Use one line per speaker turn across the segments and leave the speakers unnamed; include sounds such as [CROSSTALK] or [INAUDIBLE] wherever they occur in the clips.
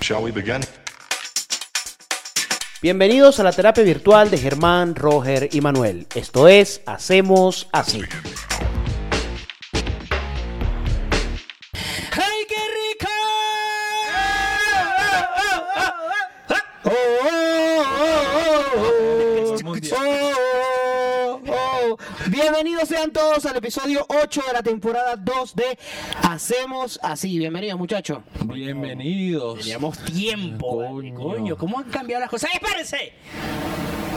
Shall we begin?
Bienvenidos a la terapia virtual de Germán, Roger y Manuel. Esto es Hacemos Así.
¡Ay, qué rico!
Oh, oh. Bienvenidos sean todos al episodio 8 de la temporada 2 de Hacemos Así. Bienvenidos, muchachos.
Bienvenidos.
Teníamos tiempo. vale,
Ah, Coño.
Coño. ¿cómo han cambiado las cosas? ¡Eh, ¡Espérense!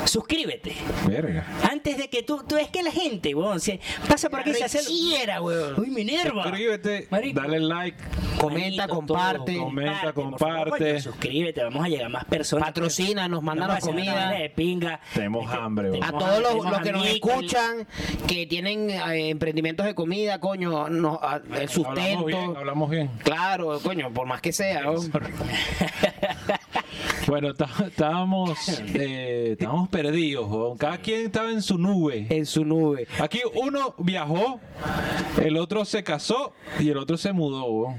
Suscríbete.
Verga.
Antes de que tú. tú es que la gente, weón, se pasa por aquí y se hace. weón! ¡Uy, Minerva!
Suscríbete,
Marico.
dale like.
Comenta, comparte.
Comenta,
por favor,
comparte.
coño, suscríbete, vamos a llegar a más personas.
Patrocínanos, mandanos
Vamos a hacer una
comida.
vaina de pinga.
Tenemos
Este,
hambre, weón.
A
tenemos
todos
hambre,
los,
tenemos
los que nos
amigos.
escuchan, que tienen eh, emprendimientos de comida, coño, no, a- el
Hablamos bien,
sustento.
hablamos bien.
Claro, coño, por más que sea. ¿no?
Bueno, tá-
[LAUGHS]
estábamos, eh, estábamos perdidos, weón. Cada quien estaba en su
Eh.
nube.
En su nube.
Aquí uno viajó, el otro se casó y el otro se mudó, weón.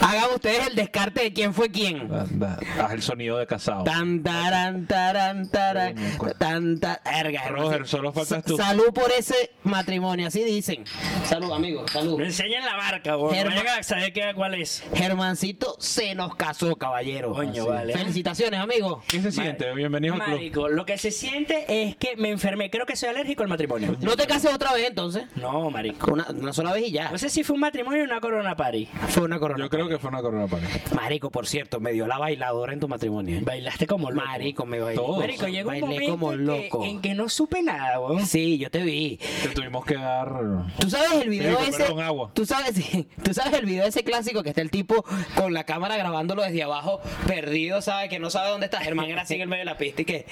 Hagan ustedes el descarte de quién fue quién.
Anda, Haz el sonido de casado.
Tan, taran, taran, taran, tan, ta- erga, hermano,
Roger,
sí.
solo faltas
Sa-
tú.
Salud por ese matrimonio, así dicen. Salud, amigo,
Me
salud.
enseñan la marca, weón.
Germán.
Vayan a saber qué- cuál es.
Germancito se nos casó, caballero.
Coño,
Así.
vale.
Felicitaciones, amigo.
¿Qué se siente? Bienvenidos al club.
Marico, lo que se siente es que me enfermé. Creo que soy alérgico al matrimonio.
No te cases otra vez entonces.
No, marico.
Una, una sola vez y ya.
No
Pues
sé si fue un matrimonio o una corona party.
Fue una corona.
Yo creo que fue una corona para mí.
Marico, por cierto, me dio la bailadora en tu matrimonio. ¿eh?
Bailaste como loco.
Marico, me bailó.
Todos.
Marico, llegó un
Bailé
momento
como
en que-
loco.
en que no supe nada, weón.
Sí, yo te vi.
Te tuvimos que dar
Tú sabes el video
Marico,
ese.
perdón, agua.
Tú sabes, [LAUGHS] sí, tú sabes el video ese clásico que está el tipo con la cámara grabándolo desde abajo, perdido, sabe que no sabe dónde está
[LAUGHS]
Germán era así en el medio de la pista y que.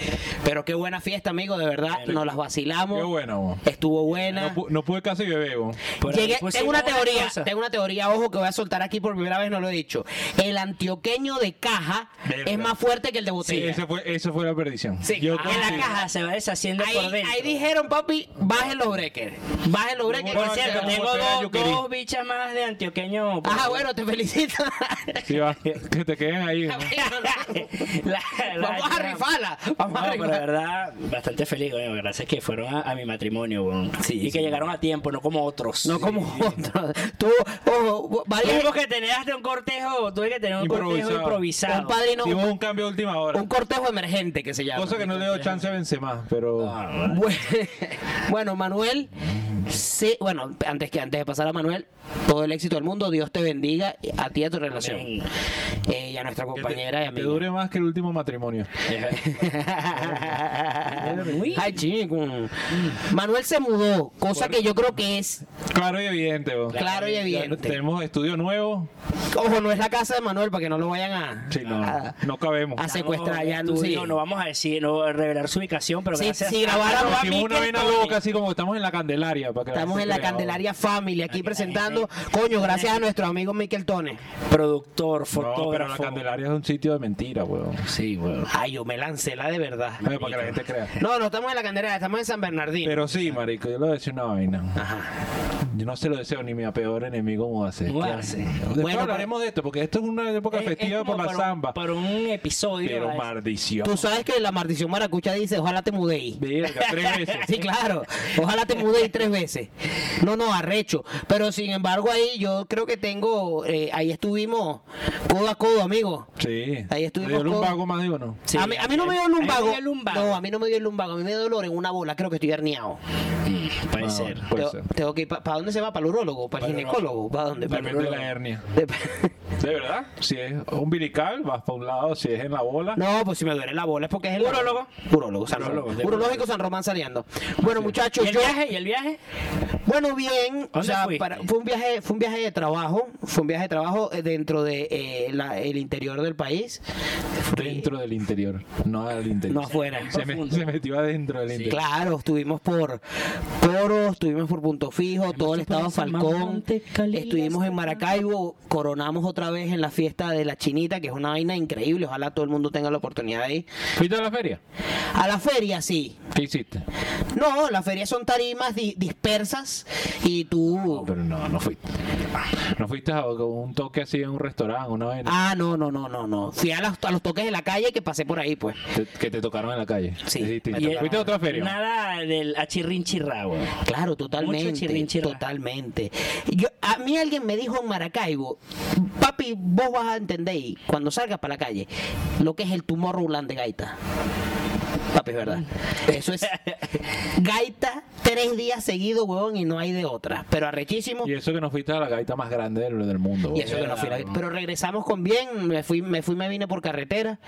Pero qué buena fiesta, amigo, de verdad. Nos las vacilamos.
Qué buena, mo.
Estuvo
No,
buena.
pu- no pude casi beber, weón.
Por ahí
Llegué-
pusimos
tengo una
una
teoría,
cosa.
tengo una teoría, ojo, que voy a soltar aquí por primera vez, no lo he dicho. El antioqueño de caja
Verga.
es más fuerte que el de botella.
Esa Eh, fue, esa fue la perdición.
Sí,
Yo
ah,
En la
considero-
caja se va deshaciendo
Ahí,
por dentro.
ahí dijeron, papi, bajen los breakers. Bajen los breakers.
Por
Ah,
cierto,
que
tengo
como espera,
dos,
yo quería.
dos bichas más de antioqueño. pues, por
Ah,
favor.
bueno, te felicito. [LAUGHS]
Sí, va, que te queden ahí. ¿no?
[LAUGHS] La-
[LAUGHS]
la-
Vamos a rifarla.
No,
Vamos a
pero de
rifarla.
verdad, bastante feliz, güey. Gracias que fueron a, a mi matrimonio, güey. y que llegaron a tiempo, no como otros.
No como otros. Tú, ojo, vale.
Tuvimos que tener hasta un cortejo, tuve que tener un cortejo
Improvisado.
improvisado.
Un padrino,
Hicimos
un,
un cambio de última hora.
un cortejo emergente que se llama.
Cosa que no le dio chance a Benzema, pero...
Bue- [LAUGHS] Bueno, Manuel, sí, bueno, antes que antes de pasar a Manuel, todo el éxito del mundo, Dios te bendiga a ti y a tu relación.
Amén.
Eh, y a nuestra
que te-
compañera y
que
amiga.
dure más que el último matrimonio.
[LAUGHS] Uy.
[LAUGHS] Ay, chico. Manuel se mudó, cosa que yo creo que es
Claro y evidente, weón.
claro y evidente.
Tenemos estudio nuevo.
Ojo, no es la casa de Manuel para que no lo vayan a,
Sí, no,
a-
no cabemos.
a secuestrar. Ya,
Tú,
sí.
no, no vamos a decir, no a revelar su ubicación, pero
Sí,
gracias.
sí,
a-
grabaron.
a-
Hicimos
a-
una vena
Tony.
loca, así como que estamos en la Candelaria. para que la
Estamos
gente
en la
vea, weón.
Candelaria Family aquí
Aquí la
presentando,
gente-
coño, gracias a nuestro amigo Miquel Tone.
Productor,
No, pero la
fotógrafo.
Candelaria es un sitio de mentira, weón.
sí, güey.
Ay, yo me lancé la de verdad.
Para que la gente crea.
No, no estamos en la Candelaria, estamos en San Bernardino.
Pero sí, marico, yo le voy a decir una vaina. Yo no se lo deseo ni mi peor enemigo mudarse.
Mudarse.
Después
Bueno,
hablaremos de esto, porque esto es una época
Es- es
festiva
como
por la
para un-
samba.
Para un ¿eh? episodio.
Pero
¿vale?
maldición.
Tú sabes que la maldición maracucha dice, ojalá te mudéis.
Verga, tres veces.
[LAUGHS] Sí, claro. Ojalá te mudéis tres veces. No, no, arrecho. Pero sin embargo ahí yo creo que tengo, eh, ahí estuvimos codo a codo, amigo.
Sí.
Ahí estuvimos
Le dio
con-
un vago más de uno.
Sí,
a, mí, a mí no me dio
a mí me
lumbago.
dio lumbago.
No, a mí no me dio lumbago. A mí me dio dolor en una bola. Creo que estoy herniado.
Puede
Ah,
ser.
Puede
Tengo,
ser.
tengo que ir para dónde se va, para el urólogo, para el
Para el
ginecólogo, para dónde, para
Depende de la hernia. ¿De verdad? Si es umbilical, vas para un lado. Si es en la bola.
[LAUGHS] No, pues si me duele la bola es porque es el
Urólogo.
Urólogo, San
Urólogo,
Román.
de-
Urológico San Román saliendo. Bueno,
¿Y
muchachos,
el
yo
viaje? ¿Y el viaje?
Bueno, bien, o
¿Dónde
sea,
fuiste?
para- fue un viaje, fue un viaje de trabajo, fue un viaje de trabajo eh, dentro de eh, la- el interior del país. Fui-
Dentro del interior. No al interior.
no afuera.
se, me-
profundo.
se metió adentro del interior.
Claro, estuvimos por Poros, estuvimos por Punto Fijo, todo el estado Falcón,
Monte Caldas,
estuvimos en Maracaibo, coronamos otra primera vez en la fiesta de la chinita, que es una vaina increíble. Ojalá todo el mundo tenga la oportunidad de ir.
¿Fuiste a la feria?
A la feria, sí.
¿Qué hiciste?
No, las ferias son tarimas di- dispersas y tú...
Pero no, no fuiste. No fuiste a un toque así en un restaurante, una vaina.
Ah, no, no, no, no, no. Fui a, las- a los toques de la calle que pasé por ahí, pues.
Te- que te tocaron en la calle.
Sí.
Es distinto.
Y el-
¿Fuiste a otra feria?
Nada del achirrinchirra, güey.
Claro, totalmente.
Mucho chirrinchirra.
Totalmente. Yo, a mí alguien me dijo en Maracaibo, papi, vos vas a entender cuando salgas para la calle lo que es el tumor rulán de gaita. Papi, es verdad. Eso es gaita tres días seguidos, huevón, y no hay de otra. Pero arrechísimo.
[LAUGHS] Y eso que no fuiste a la gaita más grande del, del mundo.
Y eso que no fui la-
güey.
Pero regresamos con bien, me fui, me fui, me vine por carretera.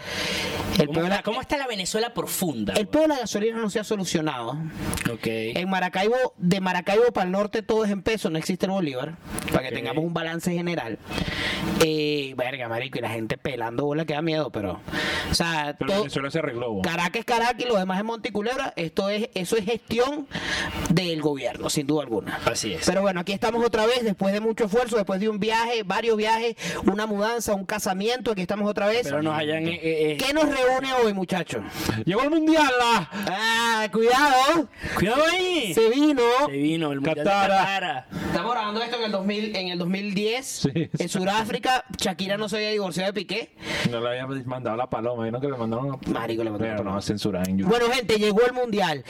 El
¿Cómo,
peor
está, cómo está la Venezuela profunda?
el
güey?
peor de la gasolina no se ha solucionado.
Ok.
En Maracaibo, de Maracaibo para el norte todo es en peso, no existe el bolívar, para que
Ok.
tengamos un balance general. Eh, verga, marico, y la gente pelando bola que da miedo, pero... O sea,
Pero
todo-
Venezuela se arregló. güey.
Caracas es Caracas y lo demás es Monte y Culebra. Esto es, eso es gestión del gobierno, sin duda alguna.
Así es.
Pero bueno, aquí estamos otra vez, después de mucho esfuerzo, después de un viaje, varios viajes, una mudanza, un casamiento, aquí estamos otra vez.
Pero nos hayan... eh, eh, eh.
¿Qué nos reúne hoy, muchachos?
Llegó el mundial. ah.
Ah, cuidado,
¡Cuidado ahí!
se vino.
Se vino el mundial de
Catara.
Catara.
Estamos grabando esto en el 2000, en el 2010, en Sudáfrica. Shakira no se había divorciado de Piqué.
No le habían mandado la paloma, no que le mandaron. una-
Marico, le mandaron
Pero
la paloma.
no, censurar en YouTube.
Bueno, gente, llegó el mundial.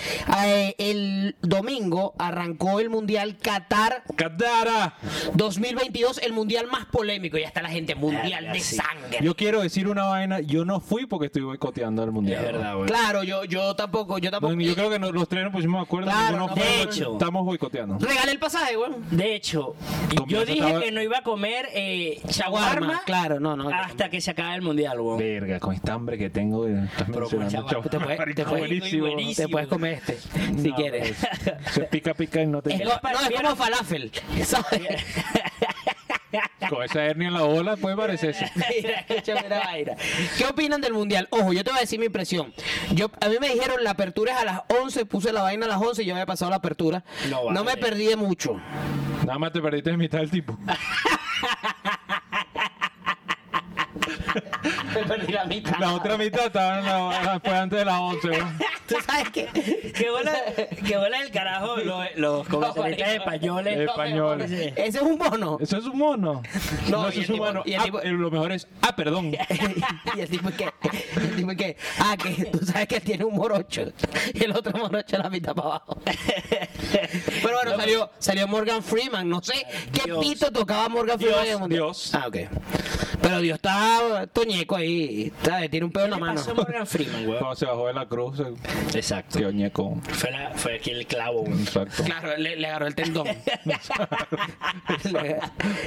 Eh, el domingo arrancó el mundial Qatar
¡Catara!
2022, el mundial más polémico. Ya está la gente, mundial
Verga,
de
sí.
sangre.
Yo quiero decir una vaina. Yo no fui porque estoy boicoteando el
Es
mundial.
verdad, güey.
Claro, yo, yo tampoco, yo
No,
tampoco.
yo creo que no- los tres nos pusimos de acuerdo.
Claro,
ninguno
no,
fue,
de
pero
hecho.
Estamos boicoteando.
Regalé el pasaje, güey.
De hecho,
Comienza
yo dije
estaba-
que no iba a comer eh, shawarma
Claro, no, no.
hasta que se acaba el mundial, güey.
Verga, con esta hambre que tengo. eh, Estás
Pero,
mencionando,
chaval,
chaval.
te puedes-
Marico,
te puedes-
buenísimo.
buenísimo.
Te puedes comer este, si
No,
quieres.
pero se- Se pica, pica y no te
Es,
llega.
co- [LAUGHS] no, es como falafel, ¿sabes?
Con esa hernia en la bola pues,
[LAUGHS]
puede parecerse.
Mira, escúchame una vaina. ¿Qué opinan del mundial? Ojo, yo te voy a decir mi impresión. Yo, a mí me dijeron la apertura es a las 11, puse la vaina a las 11 y yo había pasado la apertura.
No
No,
vale.
me perdí de mucho.
Nada más te perdiste en mitad del tipo. La otra mitad estaba en la, fue antes de las 11, weón.
¿Tú [LAUGHS] sabes qué?
Qué bola, qué bola del carajo los, los comentaristas
marico.
españoles.
Español.
Ese es un bono.
Eso es un mono.
No, y
No, eso
el
es un
tipo-
mono.
y el
Ah,
tipo-
eh, lo mejor es. Ah, perdón.
[LAUGHS] y el tipo que, el tipo que, ah, que tú sabes que tiene un morocho y el otro morocho la mitad para abajo.
[LAUGHS]
Pero bueno, salió, salió Morgan Freeman, no sé qué
Dios.
pito tocaba Morgan Freeman en el mundial.
Dios.
Ah, ok. Pero Dios está toñeco ahí, ¿sabes? Tiene un pedo en la
¿Qué
mano.
pasó Morgan Freeman, güey?
Cuando se bajó de la cruz, eh,
Exacto.
qué oñeco.
Fue, la- fue aquí el clavo, güey.
Exacto.
Claro, le, le agarró el
[LAUGHS]
tendón. [LAUGHS] le,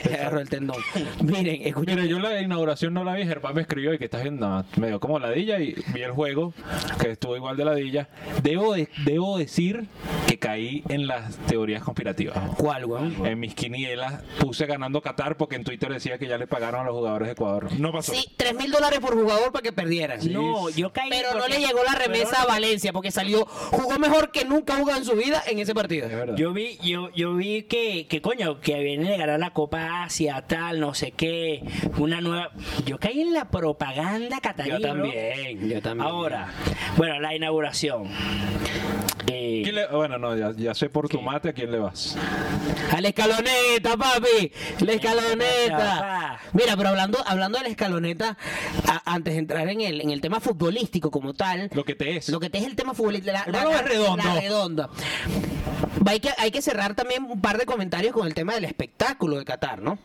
le agarró el tendón. Miren, escuchen.
Mira, yo la inauguración no la vi, Germán me escribió y que estás viendo, nada, me dio como ladilla y vi el juego, que estuvo igual de ladilla. Debo, de- debo decir que caí en las teorías conspirativas.
¿Cuál, weón?
Eh,
En mis quinielas puse ganando Qatar porque en Twitter decía que ya le pagaron a los jugadores de Ecuador. No pasó.
Sí, 3 mil dólares por jugador para que perdieran.
No, yo caí.
Pero no
porque-
le llegó la remesa a
Pero-
Valencia porque salió, jugó mejor que nunca jugó en su vida en ese partido.
Es verdad.
Yo vi, yo, yo vi que, que coño, que viene de ganar la Copa Asia, tal, no sé qué, una nueva. Yo caí en la propaganda catalina.
Yo también, yo también.
Ahora, bueno, la inauguración. Eh,
¿Quién le- bueno, no, ya, ya sé por tu mate a quién le vas.
A la escaloneta, papi. La
Papá.
escaloneta. Mira, pero hablando, hablando de la escaloneta, a- antes de entrar en el, en el tema futbolístico como tal,
Lo que te es.
lo que te es el tema futbolístico, la,
Hermano, es redondo.
la redonda. Va, Hay que, hay que cerrar también un par de comentarios con el tema del espectáculo de Qatar, ¿no?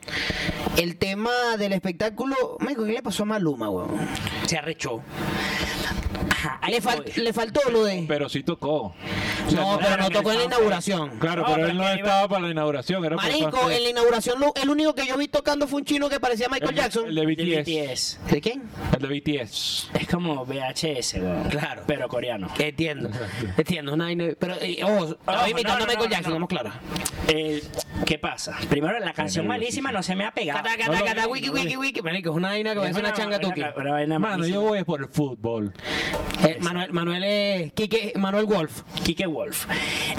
El tema del espectáculo, marico, ¿qué le pasó a Maluma, weón?
se arrechó. Ajá, ahí
Le, fal-
voy.
le faltó lo de...
Pero sí tocó.
No, pero no
que
tocó en la
estamos-
inauguración.
Claro,
No,
pero
pero
él no
que iba-
estaba para la inauguración. Era por
Marico,
parte-
en la inauguración lo- el único que yo vi tocando fue un chino que parecía Michael
el-
Jackson.
El de
Del
BTS.
BTS.
¿De quién?
El de BTS.
Es como VHS, weón.
Claro.
Pero coreano.
Entiendo, entiendo. una vaina- pero, eh, ojo,
no,
estaba imitando
no,
a Michael
no,
Jackson,
no.
vamos claros.
El- ¿Qué pasa? Primero, la canción malísima no se me ha pegado.
Cata, cata, cata, wiki, wiki, wiki. Marico, es una vaina que parece una changa tuki.
Una vaina
Mano,
malísima.
yo voy por el fútbol.
Eh, Manuel, Manuel, es Quique- Manuel Wolf.
Kike Wolf.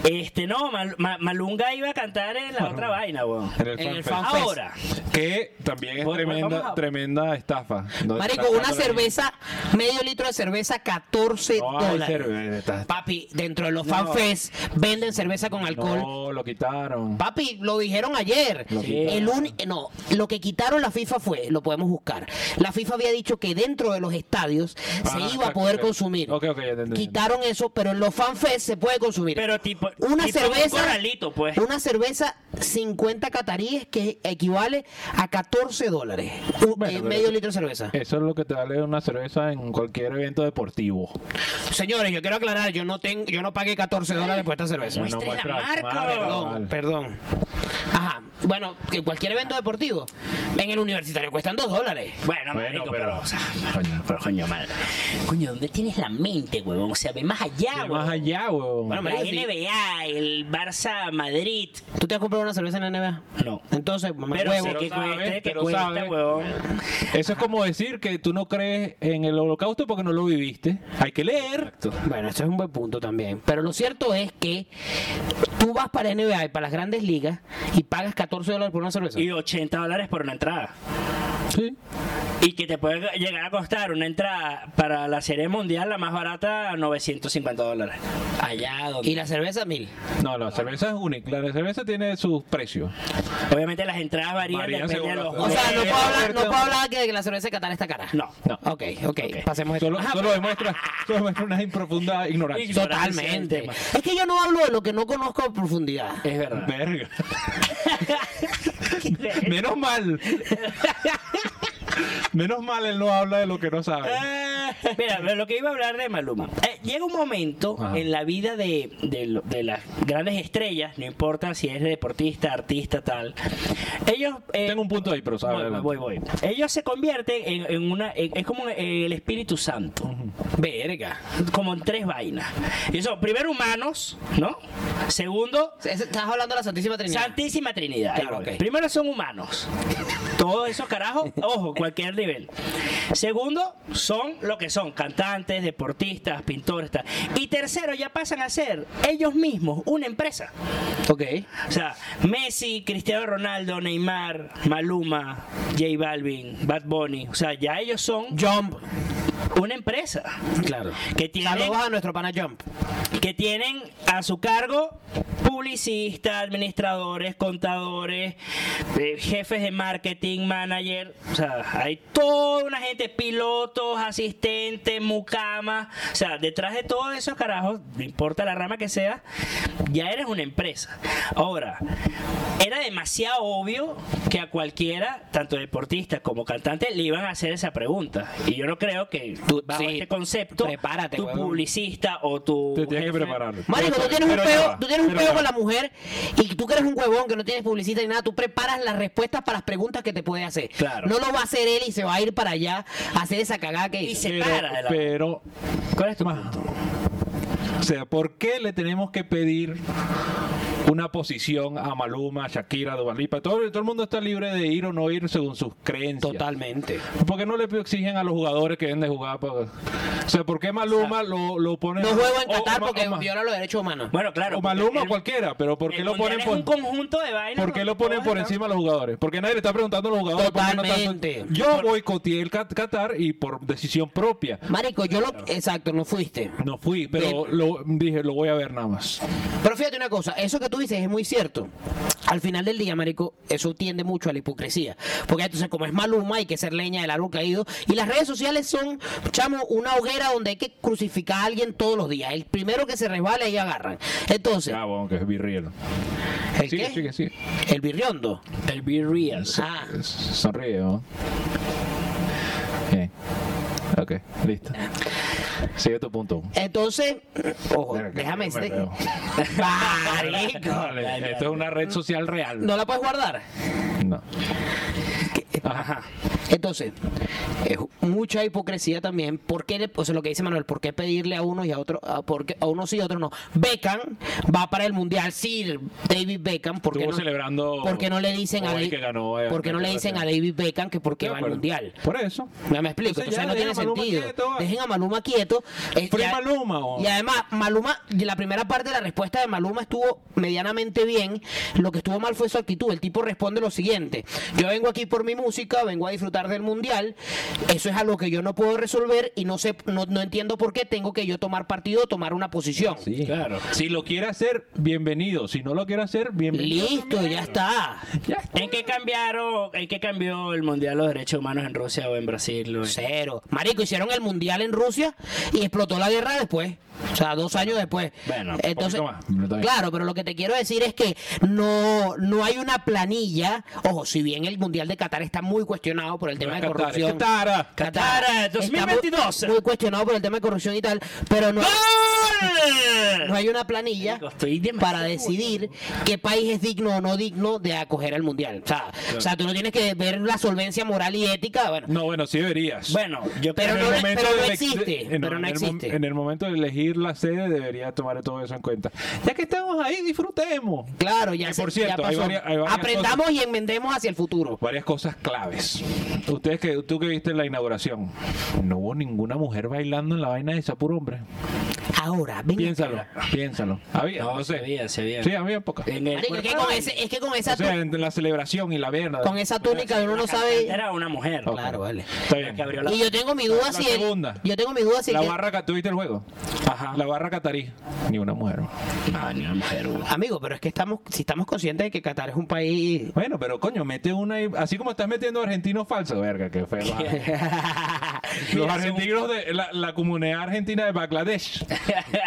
Este, no, Mal- Ma- Malunga iba a cantar en la otra vaina, weón.
En el
En el
fanfest.
fanfest.
Ahora,
Que también es
Bueno,
tremenda,
vamos a-
tremenda estafa. No,
Marico,
está- eh.
una cerveza, medio litro de cerveza, 14
No hay
dólares.
cerveza, está-
Papi, dentro de los
No.
fanfests venden cerveza con alcohol.
No, lo quitaron.
Papi, lo dijeron ayer.
Lo
Sí. El uni- no, lo que quitaron la FIFA fue, lo podemos buscar. La FIFA había dicho que dentro de los estadios
Ah,
se iba a
exacto,
poder
ok.
consumir.
Ok, ok, ya entendí.
Quitaron eso, pero en los fanfests se puede consumir.
pero tipo.
una
tipo
cerveza,
Un corralito, pues.
una cerveza 50 cataríes que equivale a 14 dólares. Un-
Bueno,
eh,
pero- eh.
medio litro de cerveza.
Eso es lo que te vale una cerveza en cualquier evento deportivo.
Señores, yo quiero aclarar, yo no tengo, yo no pagué 14 dólares por esta cerveza.
Muestre la
muestra-
marca,
Vale,
weón.
Ah, vale.
Perdón. Ajá. Bueno, que cualquier evento deportivo. En el universitario cuestan 2 dólares.
Bueno,
Bueno,
marico,
pero-
pero, o sea, coño, pero coño, madre. Coño, ¿dónde tienes la mente, huevón? O sea, ve más allá,
Ve
huevón.
Más allá, weón.
Bueno,
La
marico, sí.
NBA, el Barça, Madrid.
¿Tú te has comprado una cerveza en la NBA?
No.
Entonces, mamá,
Pero
huevo.
sé que
sabe,
cueste, que
pero
cueste,
sabe.
huevón.
Eso es como decir que tú no crees en el holocausto porque no lo viviste. Hay que leer.
Bueno, eso es un buen punto también. Pero lo cierto es que tú vas para NBA y para las grandes ligas y pagas 14 dólares por una cerveza.
Y 80 dólares por una entrada.
Sí.
Y que te puede llegar a costar una entrada para la Serie Mundial, la más barata, 950 dólares. Allá donde...
Y la cerveza, mil.
No, la cerveza es única. La cerveza tiene sus precios.
Obviamente las entradas varían
Varían
depende de
según
los
la-
O sea, no
juegos.
puedo hablar, no puedo hablar que, que la cerveza de Qatar está cara.
No.
No.
Ok, ok. Pasemos esto.
Solo,
Ajá,
solo demuestra, solo demuestra una profunda ignorancia.
Totalmente. Es que yo no hablo de lo que no conozco en profundidad.
Es verdad.
Verga. Menos mal. Menos mal él no habla de lo que no sabe.
[LAUGHS] Eh. Mira, pero lo que iba a hablar de Maluma. Eh, llega un momento
Ajá.
en la vida de, de lo- de las grandes estrellas, no importa si es deportista, artista, tal. Ellos. eh,
Tengo un punto ahí, pero sabe.
voy,
adelante.
voy, voy. Ellos se convierten en, en una. en- es como eh, el Espíritu Santo.
Verga.
Como en tres vainas. Y son, primero, humanos, ¿no? Segundo,
Es- Estás hablando de la Santísima Trinidad.
Santísima Trinidad.
Claro,
Ahí voy.
ok.
Primero
[LAUGHS]
son humanos. Todos esos carajos, ojo, cualquier nivel. Segundo, son lo que son, cantantes, deportistas, pintores. tal. Y tercero, ya pasan a ser ellos mismos una empresa.
ok.
O sea, Messi, Cristiano Ronaldo, Neymar, Maluma, J Balvin, Bad Bunny. O sea, ya ellos son
Jump.
una empresa.
Claro.
Que tienen
Saludos a nuestro pana Jump.
que tienen a su cargo publicistas, administradores, contadores, eh, jefes de marketing, manager, o sea, hay toda una gente, pilotos, asistentes, mucamas, o sea, detrás de todos esos carajos, no importa la rama que sea, ya eres una empresa. Ahora, era demasiado obvio que a cualquiera, tanto deportista como cantante, le iban a hacer esa pregunta. Y yo no creo que
Tú-
bajo
sí,
este concepto,
prepárate,
tu
huevón.
publicista o tu
Te tienes que
jefe-
preparar.
Marico, tú
Pero-
tienes un
pero ya
peo,
va,
tú tienes un
pero
peo
ya
con la
va.
mujer y tú que eres un huevón que no tienes publicista ni nada, tú preparas las respuestas para las preguntas que te puede hacer.
Claro.
No lo va a hacer él y se va a ir para allá a hacer esa cagada que
Y
hizo.
se para de la-
Pero,
¿Cuál es tu
más.
punto?
O sea, ¿por qué le tenemos que pedir una posición a Maluma, Shakira, Duvalipa? Todo, todo el mundo está libre de ir o no ir según sus creencias.
Totalmente.
¿Por qué no le exigen a los jugadores que deben de jugar? para- O sea, ¿por qué Maluma lo, lo pone...
No juego en
o-
Qatar
o-
porque
o Ma-
viola los derechos humanos.
Bueno, claro.
O Maluma o
el-
cualquiera, pero ¿por qué
el
lo ponen
mundial es
por...?
un conjunto de vainas.
¿Por qué lo
donde
ponen
todos
por
están-
encima a los jugadores? Porque nadie le está preguntando a los jugadores. por qué no están-
Totalmente.
Yo boicoteé el Cat- Qatar y por decisión propia.
Marico, yo lo... Exacto, no fuiste.
No fui, pero lo, dije, lo voy a ver nada más.
Pero fíjate una cosa, eso que tú dices es muy cierto. Al final del día, marico, eso tiende mucho a la hipocresía. Porque entonces, como es Maluma, hay que ser leña del árbol caído. Y las redes sociales son, chamo, una hoguera donde hay que crucificar a alguien todos los días. El primero que se resbala, ahí agarran. Entonces,
Ya, bueno, que es birrielo.
¿el
Sigue,
qué?
sigue, sigue.
El birriondo.
El Be Real.
Ah,
S- Sonríe, ¿no? Bien. Ok, listo. Sigue tu punto.
entonces, ojo,
Verga,
déjame
yo me
decir.
veo.
[LAUGHS]
[LAUGHS]
Marico,
Vale, esto es una red social real.
no la puedes guardar.
No.
Que-
Ajá.
Entonces, es mucha hipocresía también. ¿Por qué, le- o sea, lo que dice Manuel, por qué pedirle a unos y a otros, a, por qué- a unos sí y a otros no? Beckham va para el mundial, sí, David Beckham, ¿por qué
Estuvo
no?
celebrando
por qué no le dicen a
hoy
David,
que ganó, eh,
por qué no le dicen a David Beckham que por qué va al
Bueno,
mundial?
Por eso.
Ya me explico,
Entonces
entonces
ya,
no tiene
dejen a Maluma
sentido.
quieto, va.
Dejen a Maluma quieto. Eh,
Free
ya-
Maluma, o-
Y además, Maluma, y la primera parte de la respuesta de Maluma estuvo medianamente bien. Lo que estuvo mal fue su actitud. El tipo responde lo siguiente: Yo vengo aquí por mi música, vengo a disfrutar del mundial. Eso es algo que yo no puedo resolver y no sé, no, no entiendo por qué tengo que yo tomar partido, tomar una posición.
Sí, claro. Si lo quiere hacer, bienvenido. Si no lo quiere hacer, bienvenido.
Listo, ya está.
¿En qué cambiaron, en qué cambió el Mundial los Derechos Humanos en Rusia o en Brasil? o en-
Cero. Marico, hicieron el mundial en Rusia y explotó la guerra después. O sea, dos años después.
Bueno,
entonces,
poquito más, pero está bien.
claro, pero lo que te quiero decir es que no, no hay una planilla. Ojo, si bien el mundial de Qatar está muy cuestionado por el tema de
Qatar,
corrupción.
es Qatar. ah,
Qatar, eh,
está
2022.
Muy, muy cuestionado por el tema de corrupción y tal, pero no,
¡Gol!
no hay una planilla
Marico, estoy demasiado
para decidir qué país es digno o no digno de acoger al mundial. O sea, o sea, tú no tienes que ver la solvencia moral y ética. Bueno,
No, bueno, sí deberías.
Bueno, yo
Pero
creo
no
que-
le-
momento
pero no
de elec-
existe,
de- en-
pero no
en el mom-
existe.
en el momento de elegir la sede debería tomar todo eso en cuenta. Ya que estamos ahí, disfrutemos.
Claro, ya,
Que,
se-
por
ya
cierto, hay
pasó.
varias- hay varias
Aprendamos y enmendemos hacia el futuro.
Varias cosas claves. Ustedes que tú que viste la inauguración, no hubo ninguna mujer bailando en la vaina de esa puro hombre.
Ahora, ven.
Piénsalo, piénsalo. Había, no,
No,
sé.
se veía, se veía.
Sí, había poca.
En el-
Marico, es, que con ese- es que con esa,
O sea,
tú-
entre la celebración y la verga.
con esa túnica uno no sabe.
Era una mujer.
Ok.
Claro, vale.
Está
La
bien.
que abrió la...
Y yo tengo mi duda
La
si. el-
segunda.
yo tengo mi duda si.
La
que-
barra que tuviste el juego.
Ajá.
La barra catarí. Ni una mujer.
Ah, ni una mujer, güey.
Amigo, pero es que estamos, si estamos conscientes de que Qatar es un
[LAUGHS]
país.
Bueno, pero coño, mete una. y- Así como estás metiendo argentinos falsos. Verga, que feo.
[LAUGHS]
Los
Mira,
argentinos de la, la comunidad argentina de
[LAUGHS]
Bangladesh.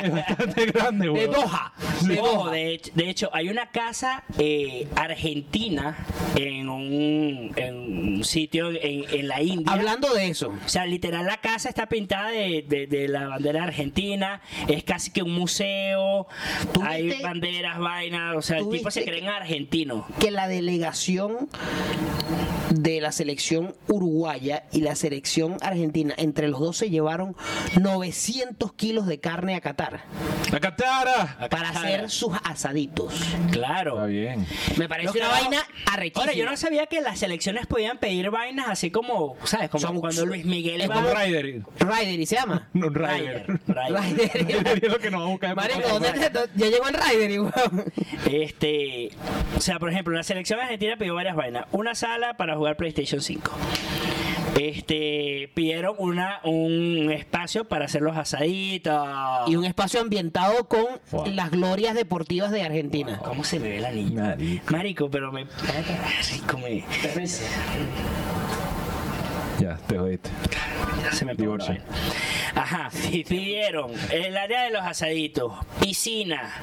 es bastante grande,
de
güey.
Doha. De
Ojo,
Doha.
de, hecho- de hecho, hay una casa eh, argentina en un, en un sitio en, en la India.
Hablando de eso.
O sea, literal la casa está pintada de, de- de la bandera argentina, es casi que un museo,
¿Tú
hay
viste-
banderas, vainas, o sea, el
tú
tipo se
viste
cree en argentino.
que la delegación de la selección uruguaya y la selección argentina, entre los dos se llevaron 900 kilos de carne a Qatar
¡La catara!
para
Qatar.
hacer sus asaditos.
Está
Claro.
bien.
Me parece
Los
una
carajos-
vaina arrechísima.
Ahora, yo no sabía que las selecciones podían pedir vainas así como, ¿sabes? Como
Son-
cuando Luis Miguel
es
va-
Un rider.
Ryder, ¿y se llama?
No, Un rider. [LAUGHS]
Ryder, Ryder.
Ryder.
[LAUGHS]
es lo que nos vamos a buscar.
Marico, ¿dónde te- Ya llegó el Ryder, y weón.
Este, o sea, por ejemplo, la selección argentina pidió varias vainas. Una sala para jugar PlayStation 5. Este, pidieron una, un espacio para hacer los asaditos.
Y un espacio ambientado con
Wow.
las glorias deportivas de Argentina.
¿Cómo se me ve la niña?
Marico.
Marico, pero me. Marico, me.
Ya, te jodiste.
Se me pegó la
Divorcio.
vaina. Ajá. Y pidieron el área de los asaditos, piscina,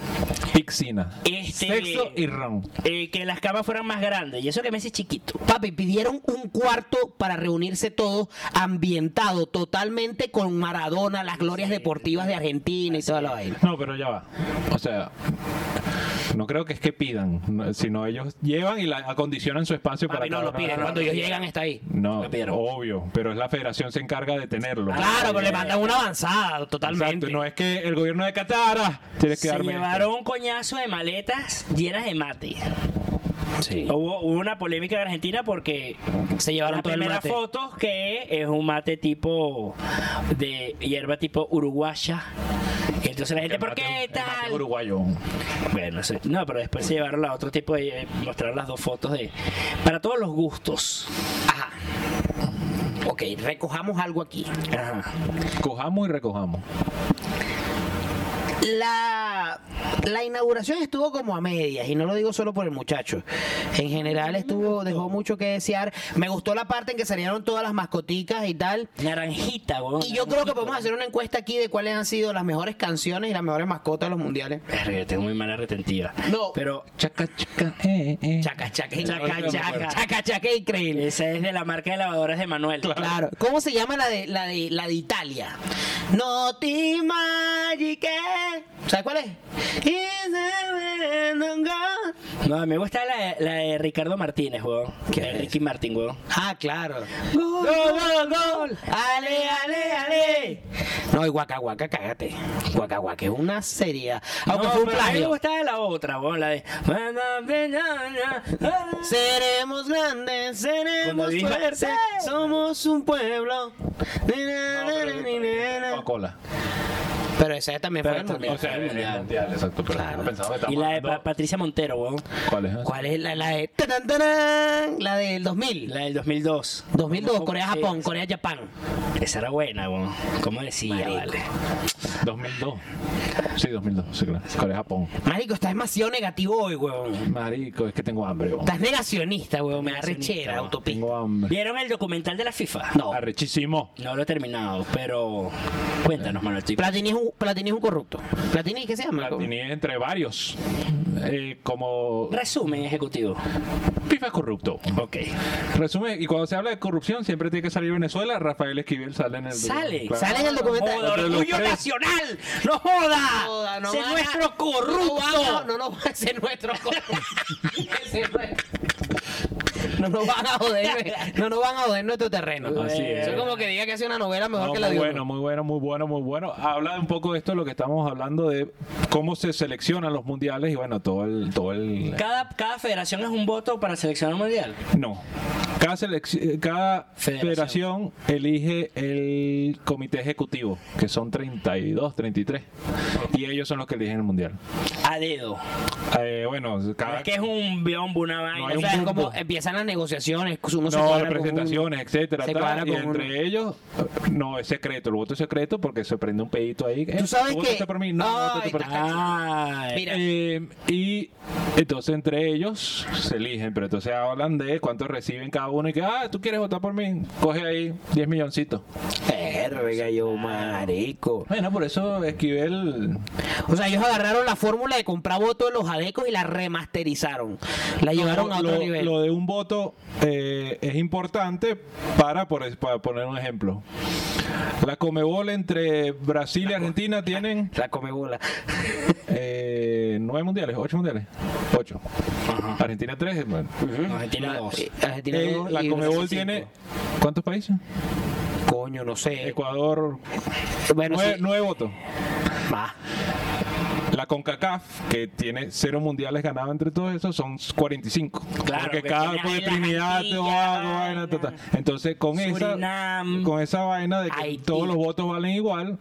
Pixina.
Este-
Sexo y ron.
eh, que las camas fueran más grandes. Y eso que me hace chiquito.
Papi, pidieron un cuarto para reunirse todos, ambientado totalmente con Maradona, las glorias deportivas de Argentina y toda la vaina.
No, pero ya va. O sea, no creo que es que pidan, no, sino ellos llevan y la, acondicionan su espacio para
Papi, no
cada
lo
una-
piden. Cuando ellos llegan está ahí.
No,
Lo pidieron.
obvio, pero es la federación se encarga de tenerlo.
Claro, pero le mandan una avanzada
Ah, Exacto,
totalmente.
no es que el gobierno de Qatar ah, tienes que
Se
darme esto.
llevaron un coñazo de maletas llenas de mate.
Sí.
Hubo, hubo una polémica en Argentina porque
Se
la
llevaron todo el
primera
mate.
foto que es un mate tipo de hierba tipo uruguaya. Entonces la gente,
El
¿por
mate-
qué
el mate
tal?
uruguayo.
Bueno, sí. no, pero después se llevaron a otro tipo de mostraron las dos fotos de para todos los gustos.
Ajá. Ok, recojamos algo aquí.
Ajá.
Cojamos y recojamos.
La, la inauguración estuvo como a medias, y no lo digo solo por el muchacho. En general estuvo, dejó mucho que desear. Me gustó la parte en que salieron todas las mascoticas y tal.
Naranjita, weón.
Y yo creo que podemos hacer una encuesta aquí de cuáles han sido las mejores canciones y las mejores mascotas de los mundiales.
Verga, yo tengo muy mala retentiva.
No.
pero
Chaca, chaca, eh, eh.
Chaca, chaca,
Chaca,
chaca, chaca, chaca, chaca, es increíble.
esa es de la marca de lavadoras de Manuel.
Claro. ¿Cómo se llama la de la de la de Italia? No te magique. ¿Sabes cuál es? Is there when I'm gone?
No, me gusta la, la de Ricardo Martínez, weón. Que de Ricky Martin, weón.
Ah, claro.
¡Gol, gol, gol! ¡Ale, ale, ale!
No, y Guaca Guaca, cágate. Guaca Guaca es una serie. Aunque
no,
fue un
pero A mí me
plagio.
gustaba la otra, weón. La de.
Seremos grandes,
Cuando
seremos
dijo,
fuertes,
"Sí".
somos un pueblo.
No, pero- Coca-Cola.
Pero esa también fue
Pero
el
también.
mundial.
O sea, el mundial, exacto. Pero no pensaba que
Y
estábamos
la de Pa-
hablando-
Patricia Montero, weón.
¿Cuál es?
¿Cuál es la, la de... tarán, tarán? La del 2000.
La del 2002.
2002,
¿Cómo-
Corea-Japón,
sí,
Corea-Japán.
Esa era buena, weón. ¿Cómo decía,
Marico.
vale?
2002. Sí, 2002, sí, claro. Corea-Japón.
Marico, estás demasiado negativo hoy, huevón.
Marico, es que tengo hambre. weón.
Estás negacionista, huevón. Me da
Negacionista,
rechera,
weón.
autopista.
Tengo hambre.
¿Vieron el documental de la FIFA?
No.
Arrechísimo.
No lo he terminado, pero. Cuéntanos, Manuel. estoy-
Platini es, un, Platini es un corrupto. Platini, ¿qué se llama?
Platini entre varios. Eh, como
Resumen ejecutivo.
FIFA es corrupto.
Ok.
Resume, y cuando se habla de corrupción siempre tiene que salir Venezuela, Rafael Esquivel sale en el
Sale,
Claro.
Sale en el documental.
Joda,
Entre los
orgullo
tres.
nacional. No joda.
No joda, no
Ese es
van a-
nuestro
No,
corrupto.
van a- no nos van a ser nuestro corrupto. Ese es nuestro- [LAUGHS] No nos van a joder, no nos van a joder nuestro terreno.
Así es.
Eso es como que diga que hace una novela mejor
No,
que la
muy
de
bueno, muy bueno, muy bueno, muy bueno. Habla un poco de esto, lo que estamos hablando de cómo se seleccionan los mundiales y bueno, todo el... Todo el
Cada, cada federación es un voto para seleccionar un mundial.
no. Cada, selec- eh, cada
Federación.
federación. elige el comité ejecutivo, que son 32, 33. Y ellos son los que eligen el mundial.
A dedo.
Eh, bueno, cada...
Es que es un biombo, una vaina.
No
O
hay
o
un
sea,
sea,
es
es como-
como empiezan las negociaciones, uno se
No,
cuadra con
representaciones, etcétera.
se
tal,
cuadra
y
con
entre
uno.
ellos, no es secreto. El voto es secreto porque se prende un pedito ahí. eh,
Tú sabes
votaste
que-
por mí? No, no votaste
Ay,
por mí.
Ah,
Mira.
Eh, y entonces entre ellos se eligen, pero entonces hablan de cuánto reciben cada uno y que, ah, tú quieres votar por mí, coge ahí 10 milloncitos.
un- Verga, yo, marico.
Bueno, por eso Esquivel
O sea, ellos agarraron la fórmula de comprar votos de los adecos y la remasterizaron. La llevaron a otro
lo,
nivel.
lo de un voto eh, es importante para, por, para poner un ejemplo. La Comebol entre Brasil y Argentina tienen
La come bola.
Eh, nueve mundiales, ocho mundiales. Ocho. Argentina tres. bueno.
Argentina dos.
[LAUGHS] Argentina
Eh,
dos
la
y Brasil
Comebol
cinco.
tiene. ¿Cuántos países?
Coño, no
Eh,
sé.
Ecuador,
Bueno,
nueve,
sí.
nueve votos.
Va.
La CONCACAF, que tiene cero mundiales ganados entre todos esos, son 45.
Claro,
Porque
que
cada
tiene
pues,
ahí la
Trinidad,
Antillas,
Tobago, vaina, ta, ta. Entonces, con esa,
Surinam.
con esa vaina de que
Haití.
todos los votos valen igual,